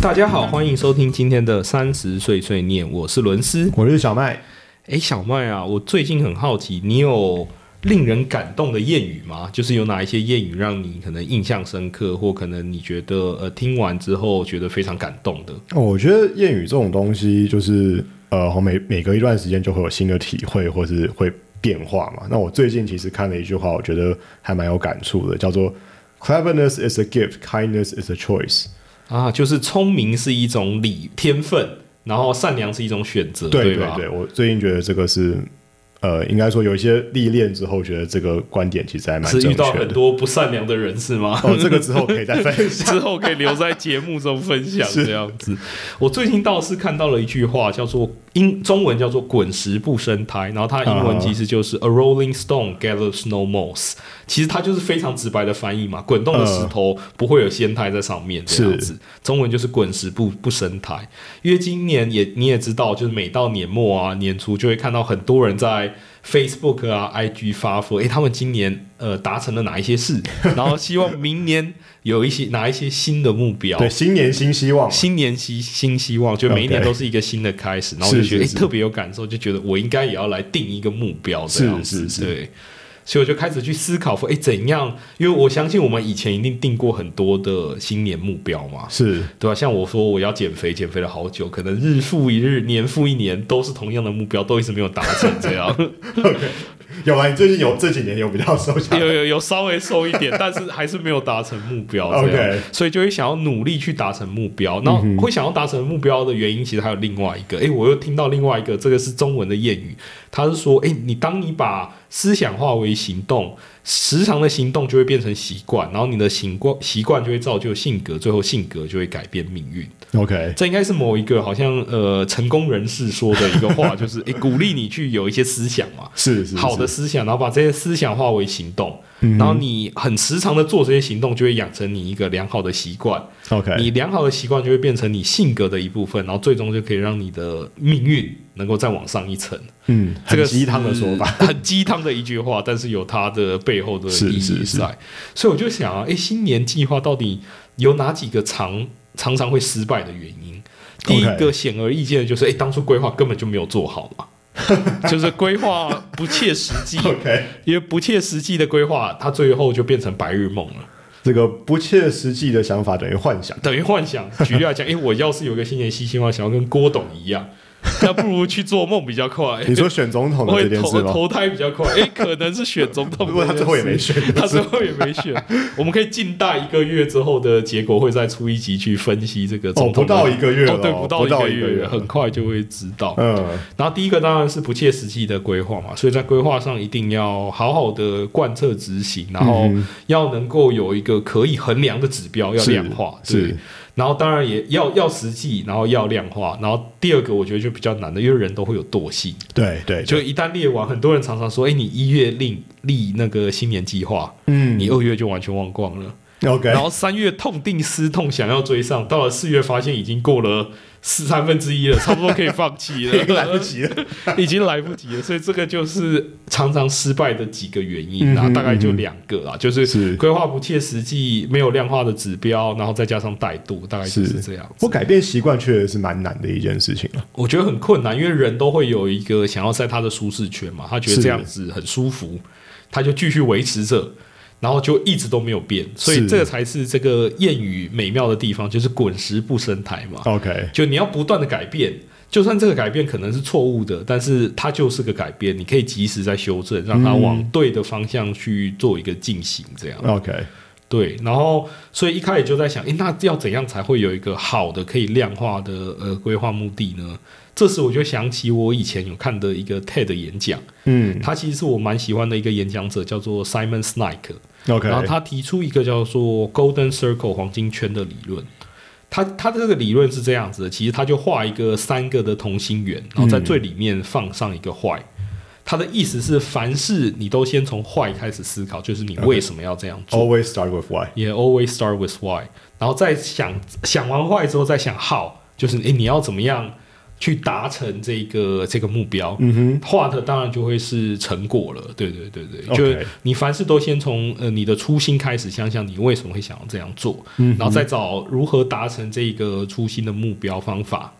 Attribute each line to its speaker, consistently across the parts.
Speaker 1: 大家好，欢迎收听今天的三十岁碎念，我是伦斯。
Speaker 2: 我是小麦，
Speaker 1: 哎，小麦啊，我最近很好奇，你有令人感动的谚语吗？就是有哪一些谚语让你可能印象深刻，或可能你觉得呃听完之后觉得非常感动的？
Speaker 2: 哦，我觉得谚语这种东西，就是呃，好每每隔一段时间就会有新的体会，或是会变化嘛。那我最近其实看了一句话，我觉得还蛮有感触的，叫做 “cleverness is a gift, kindness is a choice”。
Speaker 1: 啊，就是聪明是一种理天分，然后善良是一种选择，
Speaker 2: 对对
Speaker 1: 吧？
Speaker 2: 对，我最近觉得这个是呃，应该说有一些历练之后，觉得这个观点其实还蛮
Speaker 1: 是
Speaker 2: 正
Speaker 1: 遇到
Speaker 2: 确
Speaker 1: 很
Speaker 2: 的。
Speaker 1: 多不善良的人是吗？
Speaker 2: 哦，这个之后可以再分享。
Speaker 1: 之后可以留在节目中分享
Speaker 2: 是
Speaker 1: 这样子。我最近倒是看到了一句话，叫做英中文叫做“滚石不生苔”，然后它英文其实就是
Speaker 2: 啊
Speaker 1: “A rolling stone gathers no moss”，其实它就是非常直白的翻译嘛，滚动的石头不会有仙苔在上面这样子。中文就是“滚石不不生苔”，因为今年也你也知道，就是每到年末啊年初就会看到很多人在。Facebook 啊，IG 发布，诶、他们今年呃达成了哪一些 事，然后希望明年有一些哪一些新的目标，
Speaker 2: 对，新年新希望嘛，
Speaker 1: 新年希新希望，就每一年
Speaker 2: OK
Speaker 1: 都是一个新的开始，然后我就觉得诶
Speaker 2: 是是是
Speaker 1: 特别有感受，就觉得我应该也要来定一个目标这样子，
Speaker 2: 是是是
Speaker 1: 对。所以我就开始去思考说，诶，怎样？因为我相信我们以前一定定过很多的新年目标嘛，
Speaker 2: 是
Speaker 1: 对吧、像我说我要减肥，减肥了好久，可能日复一日，年复一年，都是同样的目标，都一直没有达成这样。
Speaker 2: 有啊。你最近有这几年有比较收下
Speaker 1: 有有有稍微瘦一点，但是还是没有达成目标这样
Speaker 2: OK
Speaker 1: 所以就会想要努力去达成目标。然后会想要达成目标的原因，其实还有另外一个。诶，我又听到另外一个，这个是中文的谚语，它是说，诶，你当你把思想化为行动，时常的行动就会变成习惯，然后你的习惯习惯就会造就性格，最后性格就会改变命运。
Speaker 2: ？OK，
Speaker 1: 这应该是某一个好像呃成功人士说的一个话，就是诶，鼓励你去有一些思想嘛。
Speaker 2: 是是是
Speaker 1: 好的思想，然后把这些思想化为行动，然后你很时常的做这些行动，就会养成你一个良好的习惯。
Speaker 2: OK，
Speaker 1: 你良好的习惯就会变成你性格的一部分，然后最终就可以让你的命运能够再往上一层。
Speaker 2: 嗯，
Speaker 1: 这个
Speaker 2: 很鸡汤的
Speaker 1: 是
Speaker 2: 说法。，
Speaker 1: 很鸡汤的一句话，但是有它的背后的
Speaker 2: 是
Speaker 1: 意
Speaker 2: 是
Speaker 1: 义
Speaker 2: 是
Speaker 1: 在。所以我就想啊，诶，新年计划到底有哪几个常常常会失败的原因？第一
Speaker 2: OK
Speaker 1: 个显而易见的就是，诶，当初规划根本就没有做好嘛。 就是规划不切实 际，
Speaker 2: OK，
Speaker 1: 因为不切实际的规划，它最后就变成白日梦了，
Speaker 2: 这个不切实际的想法等于幻想。
Speaker 1: 等于幻想。举例来讲，诶，我要是有个新年新希望，想要跟郭董一样，那不如去做梦比较快。
Speaker 2: 你说选总统的
Speaker 1: 会
Speaker 2: 这件事
Speaker 1: 投
Speaker 2: 吗？
Speaker 1: 投胎比较快，诶，哎可能是选总统，
Speaker 2: 如果他最后也没，选，
Speaker 1: 他最后也没选。我们可以静待一个月之后的结果，会再出一集去分析这个
Speaker 2: 哦，
Speaker 1: 总
Speaker 2: 不
Speaker 1: 统的。
Speaker 2: 到一个月了
Speaker 1: 哦，对，
Speaker 2: 哦
Speaker 1: 不
Speaker 2: 不
Speaker 1: 到
Speaker 2: 到
Speaker 1: 一
Speaker 2: 一
Speaker 1: 个
Speaker 2: 个
Speaker 1: 月，
Speaker 2: 月，
Speaker 1: 很快就会知道。
Speaker 2: 嗯，
Speaker 1: 然后第一个当然是不切实际的规划嘛，所以在规划上一定要好好的贯彻执行， 然后
Speaker 2: 嗯
Speaker 1: 要能够有一个可以衡量的指标，要
Speaker 2: 是
Speaker 1: 量化，对
Speaker 2: 是。
Speaker 1: 然后当然也要要实际，然后要量化。然后第二个我觉得就比较难的，因为人都会有惰性，
Speaker 2: 对对，
Speaker 1: 就一旦列完，很多人常常说：“哎，你一月立立那个新年计划，
Speaker 2: 嗯
Speaker 1: 你二月就完全忘光了。
Speaker 2: OK，
Speaker 1: 然后三月痛定思痛，想要追上，到了四月发现已经过了四三分之 一了，差不多可以放弃了，
Speaker 2: 已经 来不及了。
Speaker 1: 已经来不及了，所以这个就是常常失败的几个原因啦，
Speaker 2: 嗯哼嗯
Speaker 1: 大概就两个啦，就是
Speaker 2: 是
Speaker 1: 规划不切实际，没有量化的指标，然后再加上怠惰，大概就是
Speaker 2: 是
Speaker 1: 这样
Speaker 2: 我
Speaker 1: 子。
Speaker 2: 改变习惯确实是蛮难的一件事情啊了。
Speaker 1: 我觉得很困难，因为人都会有一个想要在他的舒适圈嘛，他觉得
Speaker 2: 是
Speaker 1: 这样子很舒服，他就继续维持着。然后就一直都没有变，所以
Speaker 2: 是
Speaker 1: 这个才是这个谚语美妙的地方，就是滚石不生苔嘛。
Speaker 2: OK，
Speaker 1: 就你要不断的改变，就算这个改变可能是错误的，但是它就是个改变，你可以及时再修正，让它往对的方向去做一个进行，这样
Speaker 2: OK，
Speaker 1: 对。然后，所以一开始就在想，诶，那要怎样才会有一个好的可以量化的呃规划目的呢？这时我就想起我以前有看的一个 TED 演讲，
Speaker 2: 嗯
Speaker 1: 他其实是我蛮喜欢的一个演讲者，叫做 Simon Sinek。
Speaker 2: ，OK，
Speaker 1: 然后他提出一个叫做 Golden Circle 黄金圈的理论。他他的这个理论是这样子的，其实他就画一个三个的同心圆，然后在最里面放上一个坏。他的意思是，凡事你都先从坏开始思考，就是你为什么要这样做。
Speaker 2: always start with why。
Speaker 1: 也 always start with why，然后再想想完 why 之后再想 how，就是诶你要怎么样去达成这个这个目标，
Speaker 2: 嗯哼，
Speaker 1: 画的当然就会是成果了。对对对对，
Speaker 2: OK
Speaker 1: 就你凡事都先从呃你的初心开始，想想你为什么会想要这样做，
Speaker 2: 嗯哼
Speaker 1: 然后再找如何达成这个初心的目标方法。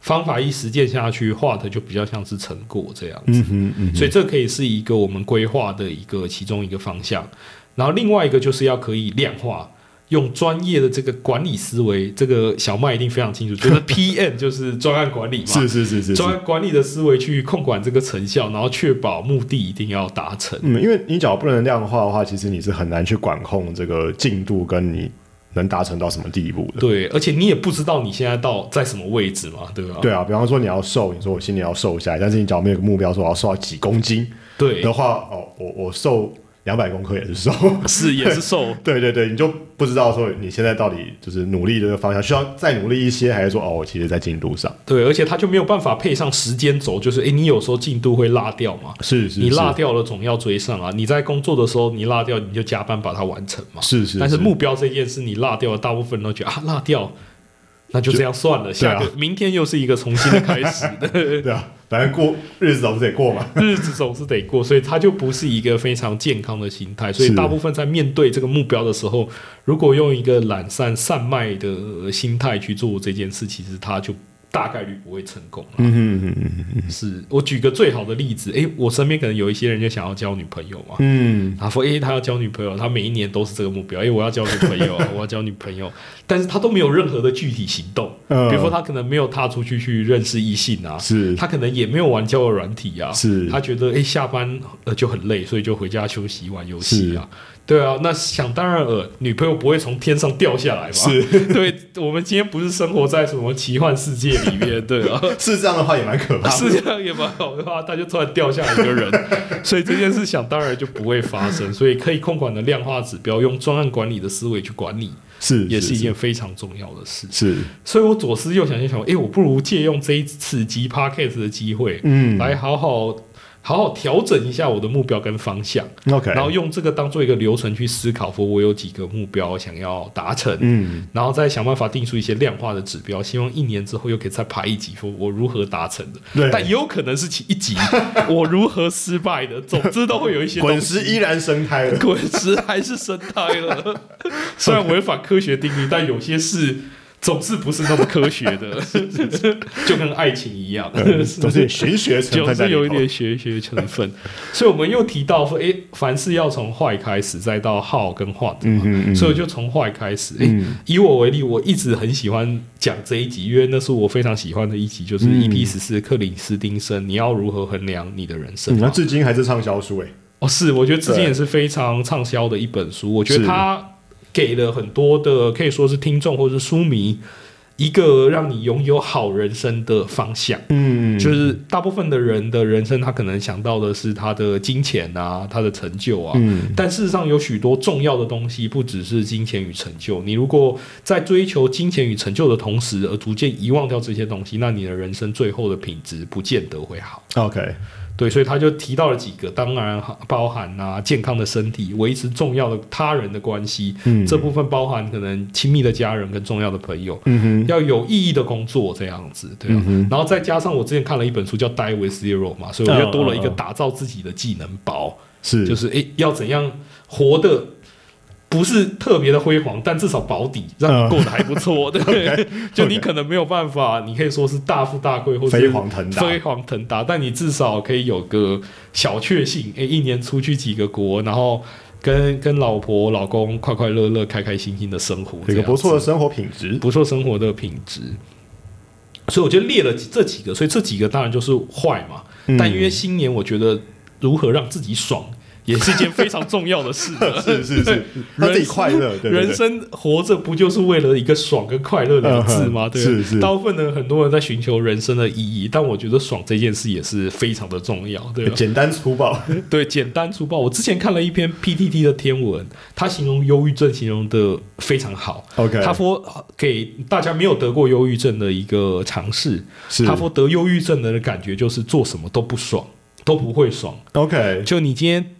Speaker 1: 方法一实践下去，画的就比较像是成果这样子。
Speaker 2: 嗯哼嗯哼，
Speaker 1: 所以这可以是一个我们规划的一个其中一个方向。然后另外一个就是要可以量化，用专业的这个管理思维，这个小麦一定非常清楚，就是 PM 就是专案管理嘛，
Speaker 2: 是是是是是
Speaker 1: 专案管理的思维去控管这个成效，然后确保目的一定要达成。
Speaker 2: 嗯，因为你只要不能量化的话，其实你是很难去管控这个进度跟你能达成到什么地步的。
Speaker 1: 对，而且你也不知道你现在到在什么位置嘛，对吧？
Speaker 2: 对啊，比方说你要瘦，你说我心里要瘦下来，但是你只要没有个目标，说我要瘦到几公斤
Speaker 1: 对
Speaker 2: 的话，哦，我我瘦两百公克也是瘦。
Speaker 1: 是也是受
Speaker 2: 对对对，你就不知道说你现在到底就是努力的这个方向，需要再努力一些，还是说哦，我其实在进度上。
Speaker 1: 对，而且它就没有办法配上时间轴，就是诶，你有时候进度会落掉嘛，
Speaker 2: 是是
Speaker 1: 你落掉了总要追上啊。你在工作的时候你落掉，你就加班把它完成嘛。
Speaker 2: 是是，
Speaker 1: 但是目标这件事你落掉了，大部分人都觉得啊落掉，那就这样算了，
Speaker 2: 对啊
Speaker 1: 下个明天又是一个重新的开始。 对
Speaker 2: 对啊，反正过日子总是得过嘛。
Speaker 1: 日子总是得过，所以它就不是一个非常健康的心态。所以
Speaker 2: 是
Speaker 1: 大部分在面对这个目标的时候，如果用一个懒散散漫的呃心态去做这件事，其实它就大概率不会成功了。
Speaker 2: 嗯哼嗯哼嗯
Speaker 1: 是我举个最好的例子，诶、我身边可能有一些人就想要交女朋友嘛，
Speaker 2: 嗯，
Speaker 1: 他说：“诶、他要交女朋友，他每一年都是这个目标。诶、我要交女朋 友，我要交女朋友。”但是他都没有任何的具体行动，
Speaker 2: 嗯
Speaker 1: 比如说他可能没有踏出去去认识异性啊，
Speaker 2: 是
Speaker 1: 他可能也没有玩交友软体啊，
Speaker 2: 是
Speaker 1: 他觉得诶、下班呃就很累，所以就回家休息玩游戏啊。对啊，那想当然呃，女朋友不会从天上掉下来嘛？
Speaker 2: 是
Speaker 1: 对，我们今天不是生活在什么奇幻世界里面，对啊。
Speaker 2: 是这样的话也蛮可 怕的。
Speaker 1: 是这样也蛮好的话，他就突然掉下一个人， 所以这件事想当然就不会发生。所以可以控管的量化指标，用专案管理的思维去管理，
Speaker 2: 是
Speaker 1: 也是一件非常重要的事。
Speaker 2: 是，
Speaker 1: 所以我左思右想，就想，诶，我不如借用这一次集 podcast 的机会，
Speaker 2: 嗯
Speaker 1: 来好好好好调整一下我的目标跟方向，
Speaker 2: ，OK，
Speaker 1: 然后用这个当做一个流程去思考，说我有几个目标想要达成，
Speaker 2: 嗯，
Speaker 1: 然后再想办法定出一些量化的指标，希望一年之后又可以再排一集，说我如何达成的。
Speaker 2: 对
Speaker 1: 但也有可能是其一集 我如何失败的，总之都会有一些东
Speaker 2: 滚
Speaker 1: 西
Speaker 2: 石依然生开 了。
Speaker 1: 滚石还是生态 了。虽然违反科学定律，但有些事总是不是那么科学 的，就跟爱情一样。
Speaker 2: 嗯 总是有玄学成
Speaker 1: 就
Speaker 2: 分在
Speaker 1: 是有
Speaker 2: 里
Speaker 1: 一
Speaker 2: 头。
Speaker 1: 点学学成分，所以我们又提到说，诶，凡事要从坏开始，再到好跟坏的嘛，
Speaker 2: 嗯
Speaker 1: 所以我就从坏开始。诶，
Speaker 2: 嗯
Speaker 1: 以我为例，我一直很喜欢讲这一集，因为那是我非常喜欢的一集，就是
Speaker 2: 嗯
Speaker 1: EP 十四克里斯汀森，你要如何衡量你的人生
Speaker 2: 嗯，
Speaker 1: 嘛？
Speaker 2: 那至今还是畅销书哎，
Speaker 1: 哦，是，我觉得至今
Speaker 2: 对
Speaker 1: 也是非常畅销的一本书。我觉
Speaker 2: 是
Speaker 1: 得它给了很多的可以说是听众或是书迷一个让你拥有好人生的方向。
Speaker 2: 嗯
Speaker 1: 就是大部分的人的人生，他可能想到的是他的金钱啊，他的成就啊。
Speaker 2: 嗯
Speaker 1: 但事实上，有许多重要的东西不只是金钱与成就。你如果在追求金钱与成就的同时，而逐渐遗忘掉这些东西，那你的人生最后的品质不见得会好。
Speaker 2: ，OK，
Speaker 1: 对，所以他就提到了几个，当然包含啊健康的身体，维持重要的他人的关系，
Speaker 2: 嗯
Speaker 1: 这部分包含可能亲密的家人跟重要的朋友，
Speaker 2: 嗯哼，嗯
Speaker 1: 要有意义的工作这样子，对啊。然后再加上我之前看了一本书叫《Die with Zero》嘛，所以我就多了一个
Speaker 2: 嗯嗯嗯
Speaker 1: 打造自己的技能包，
Speaker 2: 是
Speaker 1: 就是诶要怎样活的。不是特别的辉煌，但至少保底，让你过得还不 错。对，就你可能没有办法，你可以说是大富大贵，或者
Speaker 2: 飞黄腾达，
Speaker 1: 飞黄腾达，但你至少可以有个小确幸，诶，一年出去几个国，然后跟跟老婆老公快快乐乐、开开心心的生活，
Speaker 2: 有一个
Speaker 1: 这样
Speaker 2: 不错的
Speaker 1: 子
Speaker 2: 生活品质。
Speaker 1: 不错生活的品质。所以我就列了几这几个，所以这几个当然就是坏嘛。
Speaker 2: 嗯
Speaker 1: 但因为新年，我觉得如何让自己爽，也是一件非常重要的事。
Speaker 2: 是是是，让自己快乐，对对
Speaker 1: 人
Speaker 2: 对，
Speaker 1: 生活着不就是为了一个爽跟快乐两个字吗？
Speaker 2: 嗯哼
Speaker 1: 对，
Speaker 2: 是是
Speaker 1: 大部分的很多人在寻求人生的意义，但我觉得爽这件事也是非常的重要，对吧？
Speaker 2: 简单粗暴，
Speaker 1: 对，简单粗暴。我之前看了一篇 PTT 的天文，他形容忧郁症形容的非常好。
Speaker 2: OK
Speaker 1: 他说给大家没有得过忧郁症的一个尝试。
Speaker 2: 是
Speaker 1: 他说得忧郁症的感觉就是做什么都不爽，都不会爽。
Speaker 2: OK，
Speaker 1: 就你今天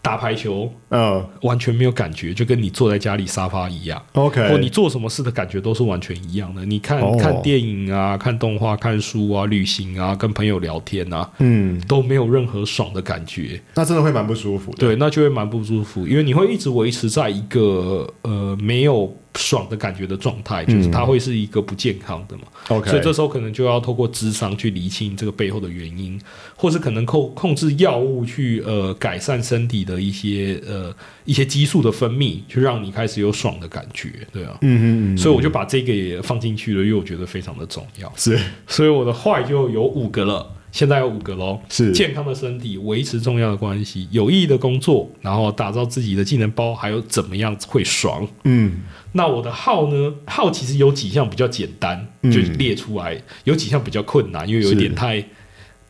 Speaker 1: 打排球，
Speaker 2: 嗯
Speaker 1: 完全没有感觉，就跟你坐在家里沙发一样，
Speaker 2: ，OK，
Speaker 1: 或你做什么事的感觉都是完全一样的。你看、
Speaker 2: 哦
Speaker 1: 看电影啊，看动画、看书啊，旅行啊，跟朋友聊天啊，
Speaker 2: 嗯，
Speaker 1: 都没有任何爽的感觉。
Speaker 2: 那真的会蛮不舒服的。
Speaker 1: 对，那就会蛮不舒服，因为你会一直维持在一个呃没有爽的感觉的状态，就是它会是一个不健康的嘛。
Speaker 2: OK，嗯
Speaker 1: 所以这时候可能就要透过智商去厘清这个背后的原因，或是可能控控制药物去呃改善身体的一些呃一些激素的分泌，去让你开始有爽的感觉，对啊。
Speaker 2: 嗯嗯嗯，
Speaker 1: 所以我就把这个也放进去了，因为我觉得非常的重要。
Speaker 2: 是
Speaker 1: 所以我的坏就有五个了，现在有五个喽。
Speaker 2: 是
Speaker 1: 健康的身体，维持重要的关系，有意义的工作，然后打造自己的技能包，还有怎么样会爽。
Speaker 2: 嗯
Speaker 1: 那我的号呢？号其实有几项比较简单，
Speaker 2: 嗯
Speaker 1: 就列出来；有几项比较困难，因为有一点太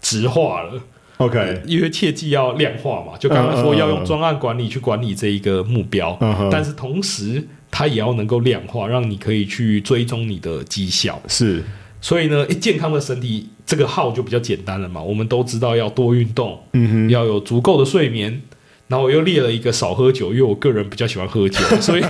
Speaker 1: 直化了。
Speaker 2: ，OK，
Speaker 1: 因为切记要量化嘛，就刚刚说
Speaker 2: 嗯嗯嗯
Speaker 1: 要用专案管理去管理这一个目标，
Speaker 2: 嗯哼
Speaker 1: 但是同时它也要能够量化，让你可以去追踪你的绩效。
Speaker 2: 是
Speaker 1: 所以呢，诶健康的身体这个号就比较简单了嘛。我们都知道要多运动，
Speaker 2: 嗯
Speaker 1: 要有足够的睡眠。然后我又列了一个少喝酒，因为我个人比较喜欢喝酒， 所以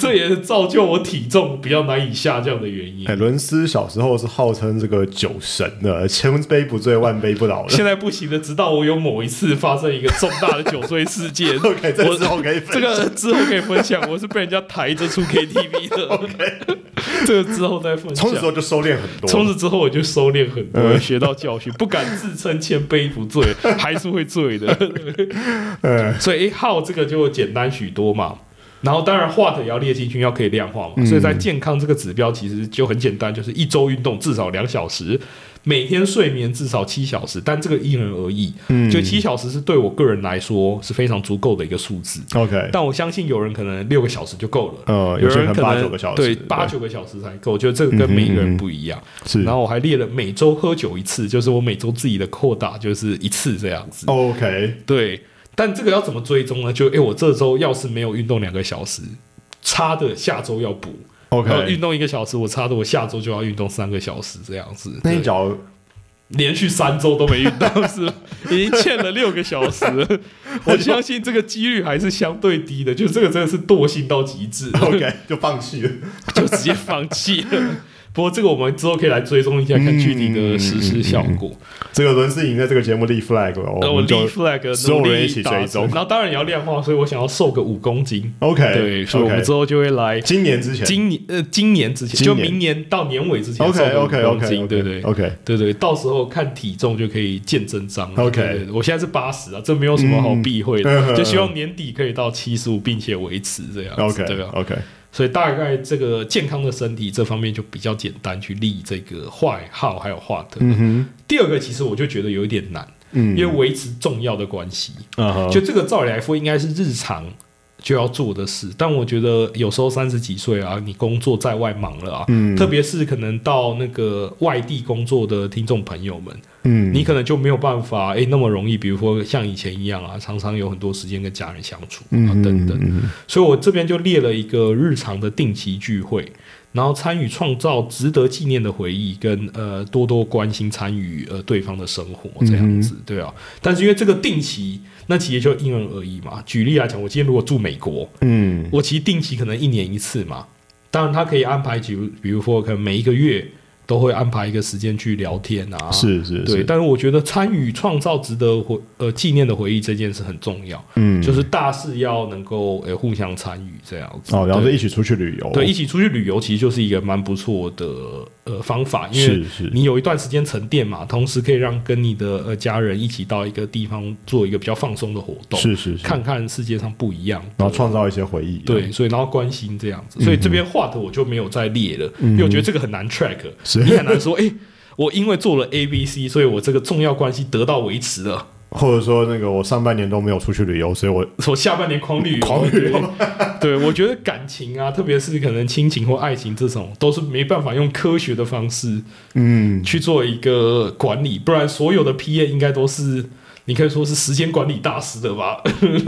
Speaker 1: 这也造就我体重比较难以下降的原因
Speaker 2: 哼，哎，。伦斯小时候是号称这个酒神的，千杯不醉万杯不倒的。
Speaker 1: 现在不行了，直到我有某一次发生一个重大的酒醉事 件
Speaker 2: OK，这个之后可以分
Speaker 1: 这个之后可以分享，我是被人家抬着出 KTV 的。 这个之后再分享。
Speaker 2: 从此之后就收敛很多。
Speaker 1: 从此之后我就收敛很多，学到教训，不敢自称千杯不醉，还是会醉的。
Speaker 2: 嗯
Speaker 1: 所以诶号这个就简单许多嘛。然后当然 what 也要列进去，要可以量化嘛。所以在健康这个指标其实就很简单，就是一周运动至少两小时，每天睡眠至少七小时，但这个因人而异。
Speaker 2: 嗯
Speaker 1: 就七小时是对我个人来说是非常足够的一个数字。
Speaker 2: ，OK，
Speaker 1: 但我相信有人可能六个小时就够了，
Speaker 2: 呃，
Speaker 1: 嗯有
Speaker 2: 些
Speaker 1: 人
Speaker 2: 人
Speaker 1: 可
Speaker 2: 八
Speaker 1: 能
Speaker 2: 九个小
Speaker 1: 对
Speaker 2: 时，
Speaker 1: 八九个小时才够。我觉得这个跟每一个
Speaker 2: 嗯哼嗯
Speaker 1: 人
Speaker 2: 哼
Speaker 1: 不一样。
Speaker 2: 是
Speaker 1: 然后我还列了每周喝酒一次，就是我每周自己的扩大就是一次这样
Speaker 2: 哦
Speaker 1: 子。
Speaker 2: OK，
Speaker 1: 对，但这个要怎么追踪呢？就诶，我这周要是没有运动两个小时，差的下周要补。然后
Speaker 2: OK，
Speaker 1: 运动一个小时，我差的我下周就要运动三个小时这样子。
Speaker 2: 那
Speaker 1: 对
Speaker 2: 一脚
Speaker 1: 连续三周都没运动，是 吧已经欠了六个小时了。我相信这个几率还是相对低的，就这个真的是惰性到极致，
Speaker 2: OK 就放弃了。
Speaker 1: 就直接放弃了。不过这个我们之后可以来追踪一下，看具体的实施效果。
Speaker 2: 这个伦斯赢在这个节目立 flag 了，
Speaker 1: 那
Speaker 2: 我
Speaker 1: 呃我
Speaker 2: 们
Speaker 1: 立
Speaker 2: 就
Speaker 1: flag，
Speaker 2: 哦所有
Speaker 1: 努
Speaker 2: 人
Speaker 1: 力
Speaker 2: 一起
Speaker 1: 打
Speaker 2: 追
Speaker 1: 折
Speaker 2: 踪
Speaker 1: 然后当然也要量化，所以我想要瘦个五公斤。
Speaker 2: OK，
Speaker 1: 对，所以我们
Speaker 2: OK
Speaker 1: 之后就会来
Speaker 2: 今年之前
Speaker 1: 今年呃今年之前，
Speaker 2: 今
Speaker 1: 就
Speaker 2: 年
Speaker 1: 明年到年尾之前瘦
Speaker 2: OK
Speaker 1: 个五
Speaker 2: OK
Speaker 1: 公
Speaker 2: OK，
Speaker 1: 斤，对对。
Speaker 2: OK，
Speaker 1: 对对，到时候看体重就可以见真章了。
Speaker 2: OK
Speaker 1: 对对对我现在是八十啊，这没有什么好避讳的，
Speaker 2: 嗯
Speaker 1: 就希望年底可以到七十五，并且维持这样子
Speaker 2: OK
Speaker 1: 对啊吧？
Speaker 2: OK，
Speaker 1: 所以大概这个健康的身体这方面就比较简单去立这个坏号还有话的。
Speaker 2: 嗯哼，
Speaker 1: 第二个其实我就觉得有一点难，
Speaker 2: 嗯，
Speaker 1: 因为维持重要的关系，
Speaker 2: 啊哈
Speaker 1: 就这个照理来说应该是日常就要做的事，但我觉得有时候三十几岁啊，你工作在外忙了啊，
Speaker 2: 嗯
Speaker 1: 特别是可能到那个外地工作的听众朋友们，
Speaker 2: 嗯
Speaker 1: 你可能就没有办法诶、那么容易，比如说像以前一样啊，常常有很多时间跟家人相处啊
Speaker 2: 嗯
Speaker 1: 等等，
Speaker 2: 嗯
Speaker 1: 所以我这边就列了一个日常的定期聚会，然后参与创造值得纪念的回忆，跟呃多多关心参与呃对方的生活这样子，对啊。但是因为这个定期，那其实就因人而异嘛。举例来讲，我今天如果住美国，
Speaker 2: 嗯
Speaker 1: 我其实定期可能一年一次嘛，当然他可以安排，比如比如说可能每一个月都会安排一个时间去聊天啊，
Speaker 2: 嗯，是是
Speaker 1: 对。
Speaker 2: 是，
Speaker 1: 但是我觉得参与创造值得回呃纪念的回忆这件事很重要。
Speaker 2: 嗯，
Speaker 1: 就是大事要能够诶、互相参与这样子。
Speaker 2: 哦，然后就
Speaker 1: 对
Speaker 2: 一起出去旅游，
Speaker 1: 对一起出去旅游，其实就是一个蛮不错的呃方法，因为
Speaker 2: 是是，
Speaker 1: 你有一段时间沉淀嘛，同时可以让跟你的呃家人一起到一个地方做一个比较放松的活动，
Speaker 2: 是是是，
Speaker 1: 看看世界上不一样
Speaker 2: 然后
Speaker 1: 的。
Speaker 2: 创啊嗯造一些回忆，
Speaker 1: 对，，所以然后关心这样子，所以这边话的我就没有再列了，因为我觉得这个很难 track，
Speaker 2: 嗯是
Speaker 1: 你很难说，哎、我因为做了 A、B、C，所以我这个重要关系得到维持了，
Speaker 2: 或者说那个我上半年都没有出去旅游，所以我
Speaker 1: 我下半年狂旅游，
Speaker 2: 狂旅游
Speaker 1: 对，我觉得感情啊，特别是可能亲情或爱情这种，都是没办法用科学的方式
Speaker 2: 嗯
Speaker 1: 去做一个管理，不然所有的 PA 应该都是。你可以说是时间管理大师的吧，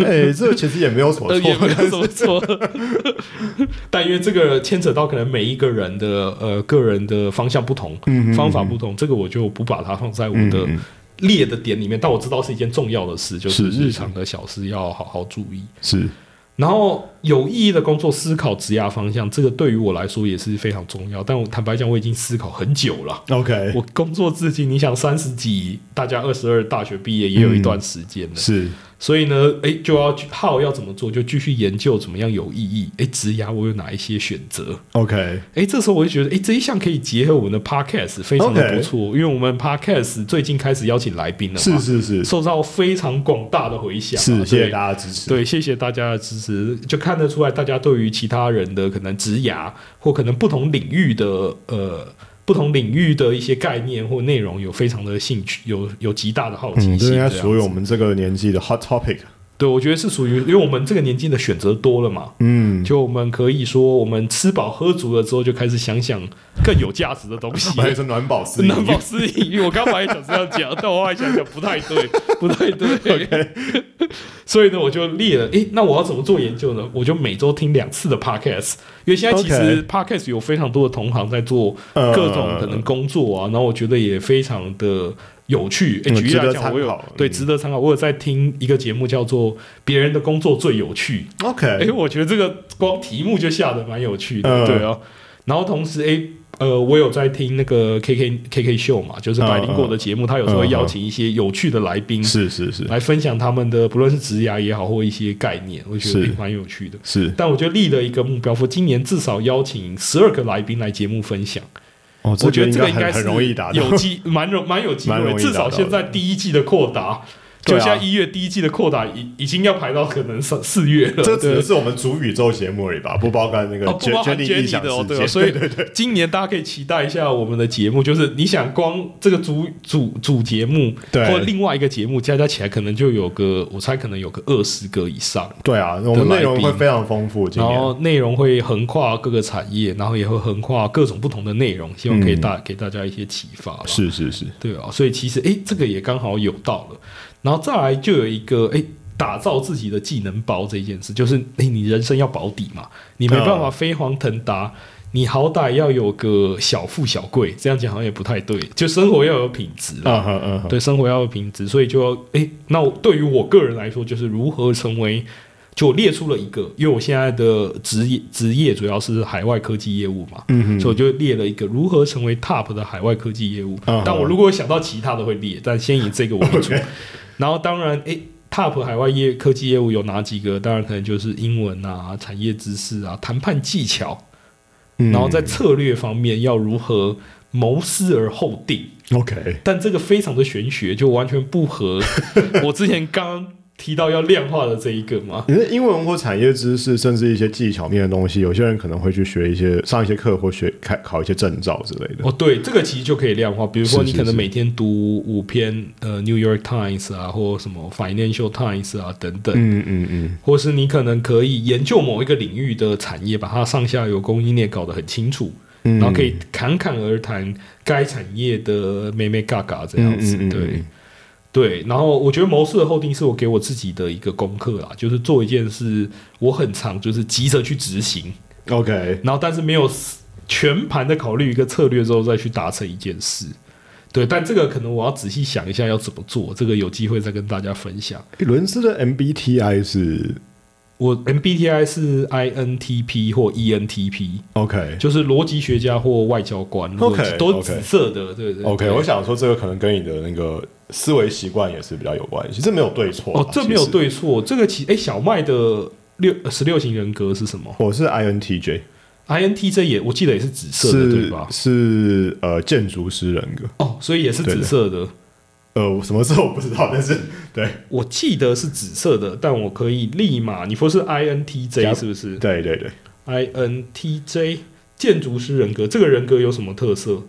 Speaker 2: 哎，这其实也没有什么
Speaker 1: 呃， 也没
Speaker 2: 错，
Speaker 1: 有什么错。 但因为这个牵扯到可能每一个人的呃个人的方向不同，
Speaker 2: 嗯
Speaker 1: 方法不同，这个我就不把它放在我的
Speaker 2: 嗯
Speaker 1: 列的点里面，但我知道是一件重要的事，就是是
Speaker 2: 是
Speaker 1: 日常的小事要好好注意。
Speaker 2: 是
Speaker 1: 然后有意义的工作，思考职涯方向，这个对于我来说也是非常重要。但我坦白讲，我已经思考很久了。
Speaker 2: OK，
Speaker 1: 我工作至今，你想三十几，大家二十二大学毕业也有一段时间了，
Speaker 2: 是
Speaker 1: 所以呢，诶，就要去号要怎么做，就继续研究怎么样有意义。诶，职涯我有哪一些选择？
Speaker 2: OK，
Speaker 1: 诶，这时候我就觉得，哎诶，这一项可以结合我们的 podcast，非常的
Speaker 2: OK
Speaker 1: 不错因为我们 podcast 最近开始邀请来宾了嘛，
Speaker 2: 是是是
Speaker 1: 受到非常广大的回响嘛，
Speaker 2: 是，谢
Speaker 1: 对
Speaker 2: 谢大家支持。
Speaker 1: 对，谢谢大家的支持，就看得出来大家对于其他人的可能职涯或可能不同领域的呃不同领域的一些概念或内容有非常的兴趣，有有极大的好奇
Speaker 2: 嗯，这
Speaker 1: 心。
Speaker 2: 应该
Speaker 1: 这样
Speaker 2: 属于我们这个年纪的 hot topic。
Speaker 1: 对，我觉得是属于，因为我们这个年纪的选择多了嘛，
Speaker 2: 嗯，
Speaker 1: 就我们可以说，我们吃饱喝足了之后，就开始想想更有价值的东西
Speaker 2: 我。还是暖宝思
Speaker 1: 能否私隐 欲？我刚本来想这样讲，但我后来想想不太对，不太对。 所以呢，我就列了，诶、那我要怎么做研究呢？我就每周听两次的 podcast，因为现在其实 podcast 有非常多的同行在做
Speaker 2: 呃
Speaker 1: 各种可能工作啊，然后我觉得也非常的有趣。诶、
Speaker 2: 嗯
Speaker 1: 举例
Speaker 2: 值得
Speaker 1: 来讲，我
Speaker 2: 参
Speaker 1: 有
Speaker 2: 考
Speaker 1: 对
Speaker 2: 嗯
Speaker 1: 值得参考，我有在听一个节目叫做《别人的工作最有趣》，哎、
Speaker 2: OK，
Speaker 1: 我觉得这个光题目就下的蛮有趣的，
Speaker 2: 嗯
Speaker 1: 对啊。然后同时，哎、呃，我有在听那个 K K K K 秀嘛，就是
Speaker 2: 嗯
Speaker 1: 百灵果的节目，他有时候会邀请一些有趣的来宾
Speaker 2: 是是是
Speaker 1: 来分享他们的，不论是职涯也好，或一些概念，我觉得
Speaker 2: 是
Speaker 1: 诶蛮有趣的。
Speaker 2: 是，
Speaker 1: 但我就立了一个目标，说今年至少邀请十二个来宾来节目分享。
Speaker 2: 哦，
Speaker 1: 我觉得这个
Speaker 2: 个
Speaker 1: 应该
Speaker 2: 很
Speaker 1: 是
Speaker 2: 容易达到。
Speaker 1: 有机蛮容蛮有机
Speaker 2: 蛮容
Speaker 1: 会，
Speaker 2: 易
Speaker 1: 至
Speaker 2: 达
Speaker 1: 少
Speaker 2: 到
Speaker 1: 现在第一季的扩达，
Speaker 2: 对
Speaker 1: 就
Speaker 2: 啊
Speaker 1: 现在一月第一季的扩达已已经要排到可能三四月了，
Speaker 2: 这
Speaker 1: 对
Speaker 2: 只是我们主宇宙节目而已吧，不包括那个
Speaker 1: 哦，不包含
Speaker 2: 力
Speaker 1: Jenny
Speaker 2: 异想
Speaker 1: 的哦，
Speaker 2: 世
Speaker 1: 对
Speaker 2: 界。
Speaker 1: 哦， 所以今年大家可以期待一下我们的节目，就是你想光这个主主主节目
Speaker 2: 对
Speaker 1: 或另外一个节目加加起来，可能就有个我猜可能有个二十个以上，
Speaker 2: 对啊，我们内容会非常丰富。今
Speaker 1: 然
Speaker 2: 年
Speaker 1: 后内容会横跨各个产业，然后也会横跨各种不同的内容，希望可以
Speaker 2: 嗯
Speaker 1: 大、给大家一些启发吧。
Speaker 2: 是是是，
Speaker 1: 对啊，所以其实诶，这个也刚好有到了，然后再来就有一个诶，打造自己的技能包这件事，就是诶，你人生要保底嘛，你没办法
Speaker 2: 嗯
Speaker 1: 飞黄腾达，你好歹要有个小富小贵，这样讲好像也不太对，就生活要有品质啦，
Speaker 2: 嗯哼嗯哼，
Speaker 1: 对，生活要有品质，所以就要诶，那我对于我个人来说，就是如何成为。就我列出了一个，因为我现在的职业职业主要是海外科技业务嘛，
Speaker 2: 嗯哼，
Speaker 1: 所以我就列了一个如何成为 top 的海外科技业务。
Speaker 2: 嗯
Speaker 1: 但我如果想到其他的会列，但先以这个为主。
Speaker 2: OK
Speaker 1: 然后当然，诶 t o p 海外业科技业务有哪几个？当然可能就是英文啊、产业知识啊、谈判技巧，
Speaker 2: 嗯
Speaker 1: 然后在策略方面要如何谋思而后定。
Speaker 2: OK，
Speaker 1: 但这个非常的玄学，就完全不合 我之前刚提到要量化的这一个嘛。
Speaker 2: 你的英文或产业知识，甚至一些技巧面的东西，有些人可能会去学一些上一些课或学开考一些证照之类的。
Speaker 1: 哦，对，这个其实就可以量化。比如说，
Speaker 2: 是
Speaker 1: 你
Speaker 2: 是
Speaker 1: 可能
Speaker 2: 是
Speaker 1: 每天读五篇呃《New York Times》啊，或什么《Financial Times》啊等等，
Speaker 2: 嗯嗯嗯，
Speaker 1: 或是你可能可以研究某一个领域的产业，把它上下游供应链搞得很清楚，
Speaker 2: 嗯
Speaker 1: 然后可以侃侃而谈该产业的妹妹嘎嘎这样子。
Speaker 2: 嗯嗯嗯嗯
Speaker 1: 对、对，然后我觉得谋事的后定是我给我自己的一个功课啦，就是做一件事，我很常就是急着去执行，
Speaker 2: OK，
Speaker 1: 然后但是没有全盘的考虑一个策略之后再去达成一件事。对，但这个可能我要仔细想一下要怎么做，这个有机会再跟大家分享。
Speaker 2: 伦斯的 MBTI 是
Speaker 1: 我 MBTI 是 INTP 或 E ENTP，
Speaker 2: OK。
Speaker 1: 就是逻辑学家或外交官
Speaker 2: 嗯 OK，
Speaker 1: 逻辑都
Speaker 2: OK
Speaker 1: 紫色的，对对
Speaker 2: OK，
Speaker 1: 对
Speaker 2: 我想说这个可能跟你的那个思维习惯也是比较有关系，这没有对错啊。
Speaker 1: 哦，这没有
Speaker 2: 其实，
Speaker 1: 对错，这个其哎小麦的六十六型人格是什么
Speaker 2: 我是 INTJ，
Speaker 1: ？INTJ 也我记得也是紫色的对
Speaker 2: 是
Speaker 1: 吧？
Speaker 2: 是呃建筑师人格，
Speaker 1: 哦，所以也是
Speaker 2: 对
Speaker 1: 紫
Speaker 2: 的
Speaker 1: 色的，
Speaker 2: 呃什么时候我不知道，但是 对
Speaker 1: 我记得是紫色的，但我可以立马你说是
Speaker 2: 加
Speaker 1: INTJ 是不是
Speaker 2: 对对对，
Speaker 1: ？INTJ 建筑师人格，这个人格有什么特色？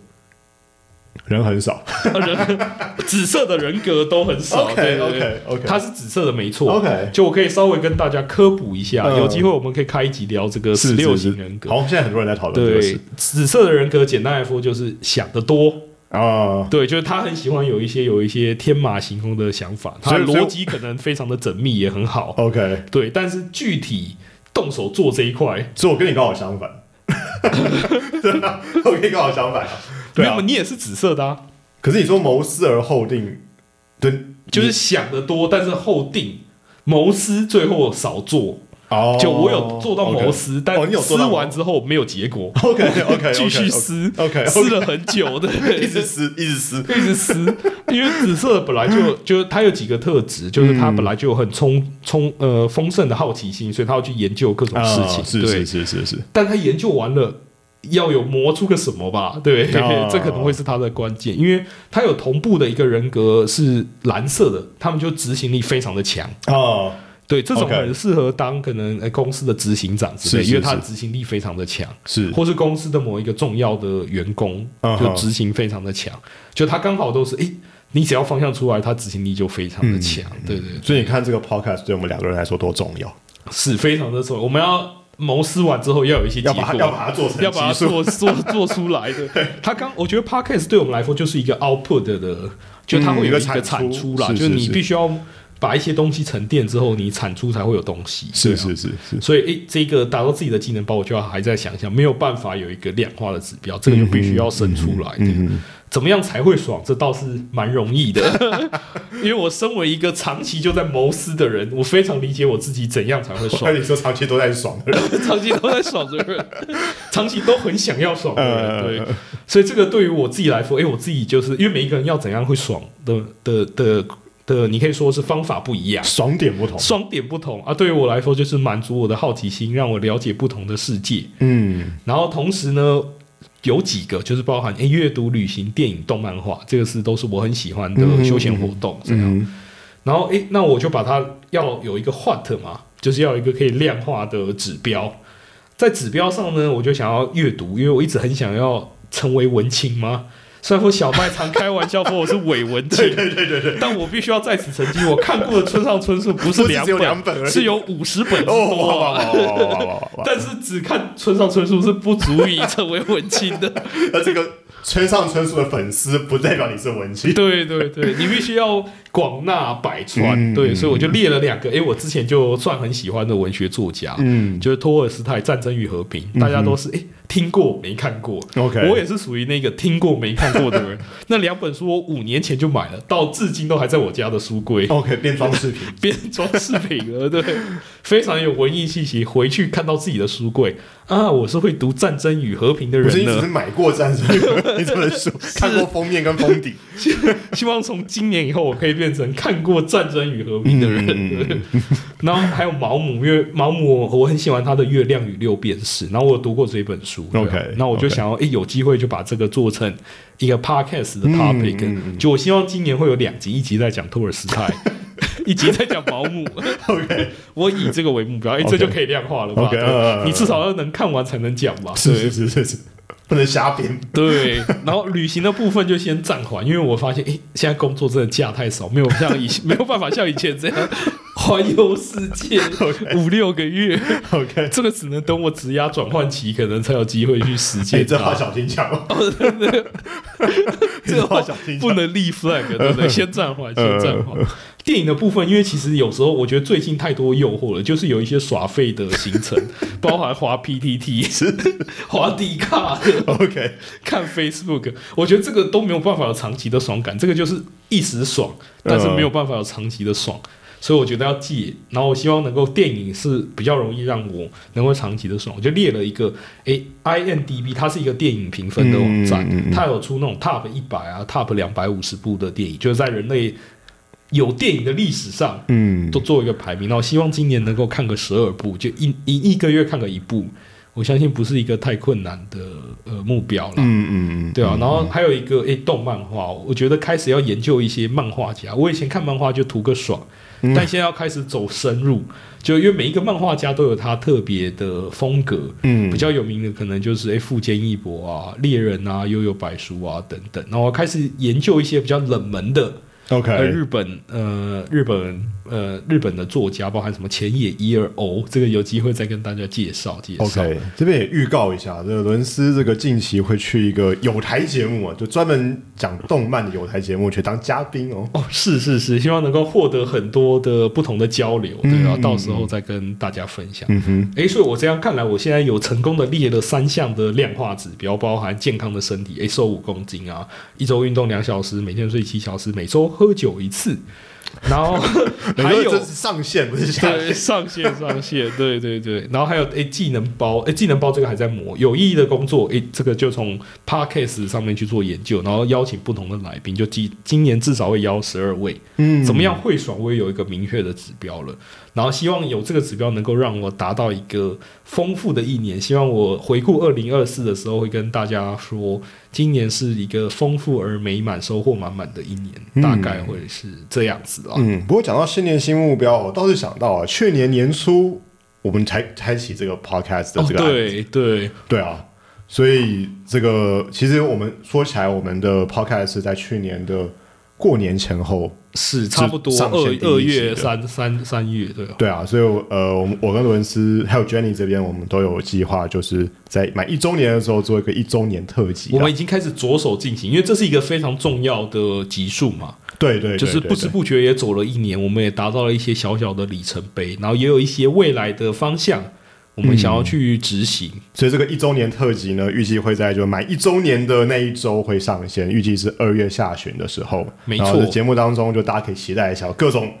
Speaker 2: 人很少。
Speaker 1: 啊人紫色的人格都很少。对
Speaker 2: OK
Speaker 1: 对对
Speaker 2: OK OK，
Speaker 1: 它是紫色的，没错。
Speaker 2: OK
Speaker 1: 就我可以稍微跟大家科普一下，
Speaker 2: 嗯
Speaker 1: 有机会我们可以开一集聊这个十六
Speaker 2: 是是
Speaker 1: 型人格。
Speaker 2: 好，现在很多人在讨论这个
Speaker 1: 对
Speaker 2: 事，
Speaker 1: 紫色的人格，简单来说就是想得多。
Speaker 2: 啊。
Speaker 1: 对，就是他很喜欢有一些有一些天马行空的想法，他
Speaker 2: 所以所以
Speaker 1: 逻辑可能非常的缜密，也很好。
Speaker 2: OK，
Speaker 1: 对，但是具体动手做这一块，
Speaker 2: 所以我跟你刚好相反， 真的，我跟你刚好相反啊。对
Speaker 1: 那
Speaker 2: 啊
Speaker 1: 么，你也是紫色的啊。
Speaker 2: 可是你说谋思而后定，对，
Speaker 1: 就是想得多，但是后定，谋思最后少做。
Speaker 2: 哦，
Speaker 1: 就我有做到谋思，但
Speaker 2: 哦你有做
Speaker 1: 思
Speaker 2: 到谋
Speaker 1: 完之后没有结果，
Speaker 2: ，OK OK，
Speaker 1: 继续思
Speaker 2: OK，OK
Speaker 1: 思了很久，对，
Speaker 2: 一直撕，一直撕，
Speaker 1: 一直撕，因为紫色本来 就就它有几个特质，就是它
Speaker 2: 嗯
Speaker 1: 本来就有很充充呃丰盛的好奇心，所以它要去研究各种事情，
Speaker 2: 啊是
Speaker 1: 对
Speaker 2: 是。是是是，
Speaker 1: 但他研究完了，要有磨出个什么吧？ 对，
Speaker 2: 哦
Speaker 1: 这可能会是他的关键，因为他有同步的一个人格是蓝色的，他们就执行力非常的强。
Speaker 2: 哦，
Speaker 1: 对，这种
Speaker 2: OK
Speaker 1: 很适合当可能呃公司的执行长之类，
Speaker 2: 是是
Speaker 1: 因为他
Speaker 2: 是
Speaker 1: 的执行力非常的强，
Speaker 2: 是
Speaker 1: 或是公司的某一个重要的员工
Speaker 2: 嗯
Speaker 1: 就
Speaker 2: 哼
Speaker 1: 执行非常的强，就他刚好都是诶，你只要方向出来，他执行力就非常的强，
Speaker 2: 嗯
Speaker 1: 对对，
Speaker 2: 所以你看这个 podcast 对我们两个人来说多重要，
Speaker 1: 是非常的重要。我们要谋思完之后要有一些结
Speaker 2: 要
Speaker 1: 果
Speaker 2: 把它要把它做成
Speaker 1: 要把它
Speaker 2: 集数
Speaker 1: 做做做出来 的。他刚我觉得 podcast 对我们来说就是一个 output 的的，就它会有
Speaker 2: 嗯一个
Speaker 1: 一个产
Speaker 2: 产
Speaker 1: 出
Speaker 2: 出
Speaker 1: 啦，
Speaker 2: 是
Speaker 1: 就是
Speaker 2: 是
Speaker 1: 你
Speaker 2: 是
Speaker 1: 必须要把一些东西沉淀之后，你产出才会有东西。对
Speaker 2: 是
Speaker 1: 啊。
Speaker 2: 是是是，
Speaker 1: 所以，诶，这个打造自己的技能包，我就要还在想想，没有办法有一个量化的指标，这个就必须要生出来的。
Speaker 2: 嗯
Speaker 1: 怎么样才会爽？这倒是蛮容易的， 因为我身为一个长期就在谋私的人，我非常理解我自己怎样才会爽
Speaker 2: 所。以你说长期都在爽的人，
Speaker 1: 长期都在爽的 人，长期都很想要爽的人，
Speaker 2: 呃
Speaker 1: 对，所以这个对于我自己来说，哎、我自己就是因为每一个人要怎样会爽的的的的，你可以说是方法不一样，
Speaker 2: 爽点不同，
Speaker 1: 双点不同啊。对于我来说，就是满足我的好奇心，让我了解不同的世界，
Speaker 2: 嗯，
Speaker 1: 然后同时呢。有几个就是包含哎阅读、旅行、电影、动漫画，这个是都是我很喜欢的
Speaker 2: 嗯
Speaker 1: 休闲活动。这样，
Speaker 2: 嗯
Speaker 1: 然后诶，那我就把它要有一个 what 嘛，就是要有一个可以量化的指标。在指标上呢，我就想要阅读，因为我一直很想要成为文青嘛。虽然说小麦常开玩笑说我是伪文青， 对对对对，但我必须要在此澄清，我看过的村上春树不是
Speaker 2: 不是
Speaker 1: 两
Speaker 2: 只有
Speaker 1: 本，
Speaker 2: 两本而已
Speaker 1: 是有五十本之
Speaker 2: 哦，
Speaker 1: 多
Speaker 2: 哇哇
Speaker 1: 啊。
Speaker 2: 哇哇哇哇哇，
Speaker 1: 但是只看村上春树是不足以成为文青 的，
Speaker 2: 那这个村上春树的粉丝不代表你是文青，
Speaker 1: 对对对，你必须要广纳百川。
Speaker 2: 嗯
Speaker 1: 对，所以我就列了两个，诶，我之前就算很喜欢的文学作家，
Speaker 2: 嗯
Speaker 1: 就是托尔斯泰《战争与和平》，大家都是诶听过没看过。
Speaker 2: ，OK，
Speaker 1: 我也是属于那个听过没看过的 人。那两本书我五年前就买了，到至今都还在我家的书柜。
Speaker 2: OK 变装饰品，
Speaker 1: 变装饰品了，对，非常有文艺气息。回去看到自己的书柜啊，我是会读《战争与和平》的
Speaker 2: 不是
Speaker 1: 人
Speaker 2: 你只
Speaker 1: 呢
Speaker 2: 是。买过《战争与和平》这本 书，看过封面跟封底，
Speaker 1: 希望从今年以后，我可以变成看过《战争与和平》的人。
Speaker 2: 嗯
Speaker 1: 然后还有毛姆，因为毛姆我很喜欢他的《月亮与六便士》，然后我有读过这本书。对啊
Speaker 2: OK，
Speaker 1: 那我就
Speaker 2: OK
Speaker 1: 想要，诶，有机会就把这个做成一个 podcast 的
Speaker 2: 嗯
Speaker 1: topic、
Speaker 2: 嗯嗯
Speaker 1: 就我希望今年会有两集，一集在讲托尔斯 泰，一集在讲毛姆。
Speaker 2: OK
Speaker 1: 我以这个为目标，诶，这
Speaker 2: OK
Speaker 1: 就可以量化了吧
Speaker 2: OK，
Speaker 1: 对
Speaker 2: 嗯嗯嗯
Speaker 1: 你至少要能看完才能讲吧？
Speaker 2: 是是是是是，不能瞎编，
Speaker 1: 对，然后旅行的部分就先暂缓，因为我发现，诶，现在工作真的假太少，没有像以前 没有办法像以前这样环游世 界五六个月，
Speaker 2: OK，
Speaker 1: 这个只能等我职涯转换期，可能才有机会去实
Speaker 2: 哎，
Speaker 1: 践
Speaker 2: 这
Speaker 1: 它。
Speaker 2: 话小心讲哦，
Speaker 1: 这个
Speaker 2: 话
Speaker 1: 话
Speaker 2: 小心
Speaker 1: 不
Speaker 2: 讲，
Speaker 1: 能立 flag，对不对？先暂缓，先暂缓。电影的部分，因为其实有时候我觉得最近太多诱惑了，就是有一些耍废的行程，包含滑 PTT、滑迪卡、
Speaker 2: OK，
Speaker 1: 看 Facebook，我觉得这个都没有办法有长期的爽感，这个就是一时爽，但是没有办法有长期的爽，所以我觉得要戒。然后我希望能够电影是比较容易让我能够长期的爽，我就列了一个，诶 i n d b 它是一个电影评分的网站，
Speaker 2: 嗯嗯嗯
Speaker 1: 它有出那种 Top 一百啊、Top 两百五十部的电影，就是在人类有电影的历史上
Speaker 2: 嗯
Speaker 1: 都做一个排名。然后希望今年能够看个十二部，就一一一个月看个一部，我相信不是一个太困难的呃目标了。
Speaker 2: 嗯嗯，
Speaker 1: 对啊，然后还有一个诶、动漫画，我觉得开始要研究一些漫画家。我以前看漫画就图个爽，
Speaker 2: 嗯
Speaker 1: 但现在要开始走深入，就因为每一个漫画家都有他特别的风格。
Speaker 2: 嗯
Speaker 1: 比较有名的可能就是诶，富坚义博啊、猎人啊、悠悠白书啊等等。然后我开始研究一些比较冷门的，呃，
Speaker 2: OK，
Speaker 1: 日本呃，日本呃，日本的作家，包含什么前野一二欧，这个有机会再跟大家介绍介绍。
Speaker 2: OK，这边也预告一下，这个伦斯这个近期会去一个有台节目啊，就专门讲动漫的有台节目去当嘉宾哦。
Speaker 1: 哦，是是是，希望能够获得很多的不同的交流，对啊，
Speaker 2: 嗯嗯
Speaker 1: 到时候再跟大家分享。
Speaker 2: 嗯哼，
Speaker 1: 诶，所以我这样看来，我现在有成功的列了三项的量化指标，包含健康的身体，诶，瘦五公斤啊，一周运动两小时，每天睡七小时，每周喝酒一次，然 后还
Speaker 2: 你说
Speaker 1: 有
Speaker 2: 这是上限不是下
Speaker 1: 对，
Speaker 2: 限，
Speaker 1: 上线上线，对对对。然后还有诶技能包，诶技能包这个还在磨，有意义的工作，诶这个就从 podcast 上面去做研究，然后邀请不同的来宾，就今今年至少会邀十二位，
Speaker 2: 嗯
Speaker 1: 怎么样会爽，我也有一个明确的指标了。然后希望有这个指标能够让我达到一个丰富的一年。希望我回顾二零二四的时候，会跟大家说，今年是一个丰富而美满、收获满满的一年，
Speaker 2: 嗯
Speaker 1: 大概会是这样子啊。
Speaker 2: 嗯，不过讲到新年新目标，我倒是想到啊，去年年初我们才开启这个 podcast 的
Speaker 1: 哦
Speaker 2: 这，个、
Speaker 1: 对对，
Speaker 2: 对啊，所以这个其实我们说起来，我们的 podcast 是在去年的过年前后，
Speaker 1: 是差不多
Speaker 2: 上
Speaker 1: 二
Speaker 2: 线第一
Speaker 1: 二
Speaker 2: 集
Speaker 1: 月
Speaker 2: 的
Speaker 1: 三三三月对啊，
Speaker 2: 对啊，所以我呃，我们我跟伦斯还有 Jenny 这边，我们都有计划，就是在满一周年的时候做一个一周年特辑啊。
Speaker 1: 我们已经开始着手进行，因为这是一个非常重要的集数嘛，
Speaker 2: 对对对
Speaker 1: 就是
Speaker 2: 对
Speaker 1: 不知
Speaker 2: 对
Speaker 1: 不觉也走了一年，我们也达到了一些小小的里程碑，然后也有一些未来的方向，我们
Speaker 2: 嗯
Speaker 1: 想要去执行。
Speaker 2: 所以这个一周年特辑呢，预计会在就满一周年的那一周会上线，预计是二月下旬的时候。
Speaker 1: 没
Speaker 2: 然后
Speaker 1: 错
Speaker 2: 在节目当中就大家可以期待一下各种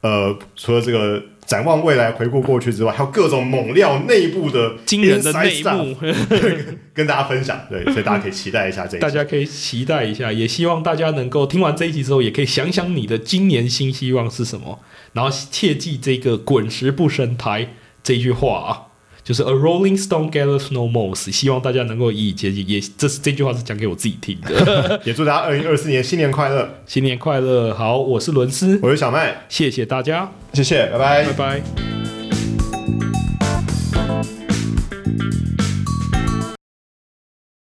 Speaker 2: 呃，除了这个展望未来、回顾过去之外，还有各种猛料内部的
Speaker 1: 惊人的
Speaker 2: inside
Speaker 1: 内
Speaker 2: stuff
Speaker 1: 幕，
Speaker 2: 跟大家分享。对，所以大家可以期待一下这一集
Speaker 1: 大家可以期待一下，也希望大家能够听完这一集之后，也可以想想你的今年新希望是什么，然后切记这个“滚石不生苔”这句话啊，就是 “A Rolling Stone gathers no moss”，希望大家能够以以接近，也这是这句话是讲给我自己听的。
Speaker 2: 也祝大家二零二四年新年快乐！
Speaker 1: 新年快乐！好，我是伦斯，
Speaker 2: 我是小麦，
Speaker 1: 谢谢大家，
Speaker 2: 谢谢，拜拜
Speaker 1: 拜拜。